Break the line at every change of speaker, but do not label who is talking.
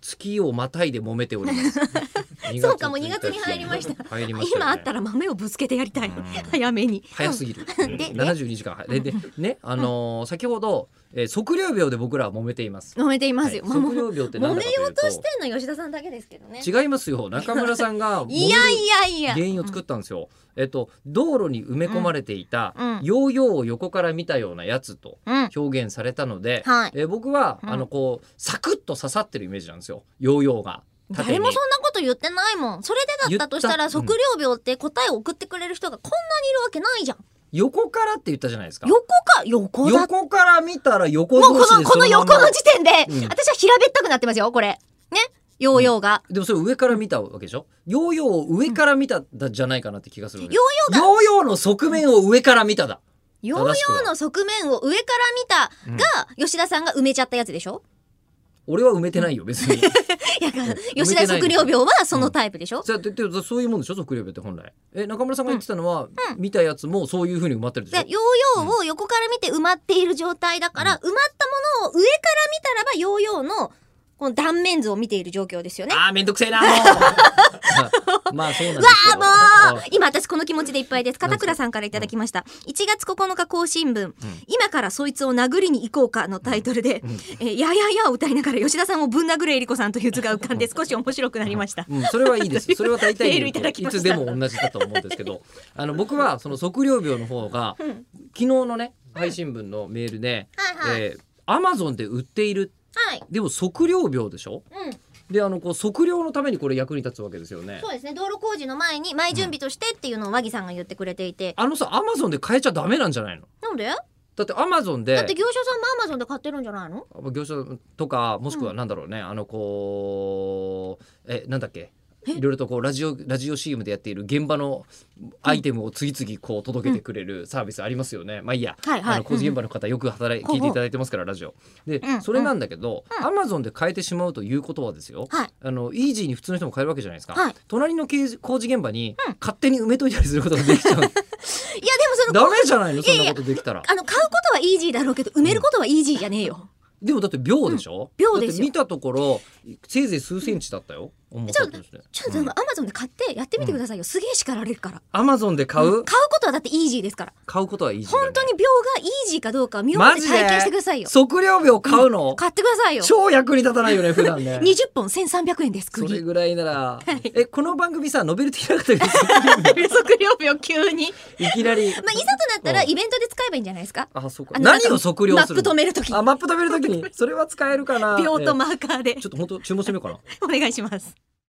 月をまたいで揉めており ます
そうかもう2月に入りました
入りましたよね
今あったら豆をぶつけてやりたい、
うん
早めに
早すぎる。
んで
七十二時間早いででねあのー先ほど、えー測量秒で僕らは揉めています。
揉めていますよ、
はい
まあもう
測量秒って
揉
何だ
め
かとい
よ
う
う
と
としてんの吉田さんだけですけどね
違いますよ中村さんが揉め
いや
る
いやいや
原因を作ったんですよ。えっと道路に埋め込まれていた、
うんうん
ヨーヨーを横から見たようなやつと
うん、うん
表現されたので、
はい
えー僕は、
うん
あのこうサクッと刺さってるイメージなんですよヨーヨーが。縦に
誰もそんなこと言ってないもんそれでだったとした
言
ら
ったうん
測量秒って答えを送ってくれる人がこんなにいるわけないじゃん
横からって言ったじゃないですか。
横か横だもう
横から見たら横
こ
同士
の
で
こ
そ
の
のま
横
んま
の時点で、
うん
私は平べったくなってますよこれねヨーヨーが、
でもそれ上から見たわけでしょヨーヨーを上から見ただじゃないかなって気がするのね、
ヨ
ヨーヨーの側面を上から見ただ。
ヨーヨーの側面を上から見たが、吉田さんが埋めちゃったやつでしょ
俺は埋めてないよ別に。
いや
ん
吉田測量秒はそのタイプでしょ、
そうやってででそういうもんでしょ測量病って本来。え中村さんが言ってたのは、見たやつもそういう風に埋まってるでし
で
ょ
ヨーヨーを横から見て埋まっている状態だから、埋まったものを上から見たらばヨーヨーのこの断面図を見ている状況ですよね。
あーめんどくせえなも うまあそうなんですよ。
わあもう
あ
今私この気持ちでいっぱいです片倉さんからいただきました1月9日更新分、今からそいつを殴りに行こうか」のタイトルで「えーややや」を歌いながら吉田さんをぶん殴るえりこさんという図が浮かんで少し面白くなりました
うん、それはいいです。それは大体
メールいただき
い
ました
つでも同じだと思うんですけど、あの僕はその測量病の方が、昨日のね配信分のメールで、
はいはい
えアマゾンで売っている
はい
でも測量病でしょ
うん
であのこう測量のためにこれ役に立つわけですよね
そうですね道路工事の前に前準備としてっていうのを和木さんが言ってくれていて
あのさアマゾンで買えちゃダメなんじゃないの
なんで
だってアマゾン
だっ
で
て業者さんもアマゾンで買ってるんじゃないの
業者とかもしくはなんだろうね、あのこうえなんだっけいろいろとこうラジオラジオ CM でやっている現場のアイテムを次々こう届けてくれるサービスありますよね、まあいいや、
はいはい
あの工事現場の方よく働い、
うんうん
聞いていただいてますからラジオで、
うん
それなんだけど、アマゾンで買えてしまうということはですよ、
はい
あのイージーに普通の人も買えるわけじゃないですか、
はい
隣の刑事工事現場に勝手に埋めといたりすることができ ちゃう、
いやでもその
ダメじゃないのそん
いやい
な
や
ことできたら
あの買うことはイージーだろうけど埋めることはイージーじゃねえよ、
でもだって秒でしょ、
うん秒ですよ
だって見たところせいぜい数センチだったよ、重さとして
ちょっとア
うん
マゾンで買ってやってみてくださいよ、すげえ叱られるから
アマゾンで買う、
買うことはだってイージーですから
買うことはいいじゃん
本当に秒がイージーかどうか見
マ
終
ジ
えて
で
体験してくださいよ
測量秒買うの、
買ってくださいよ
超役に立たないよね普段 ね
20本1300円です
それ
釘
ぐらいなら、えこの番組さノベルティなかったです
測量秒急に
いきなり、
まあいざとなったら
うん
イベントで使えばいいんじゃないですか
あそうか
あの
何を測量する
マップ止
の
めるとき
あマップ止めるときにそれは使えるかな
秒と
え
マーカーで
ちょっと本当注文してみようかな
お願いします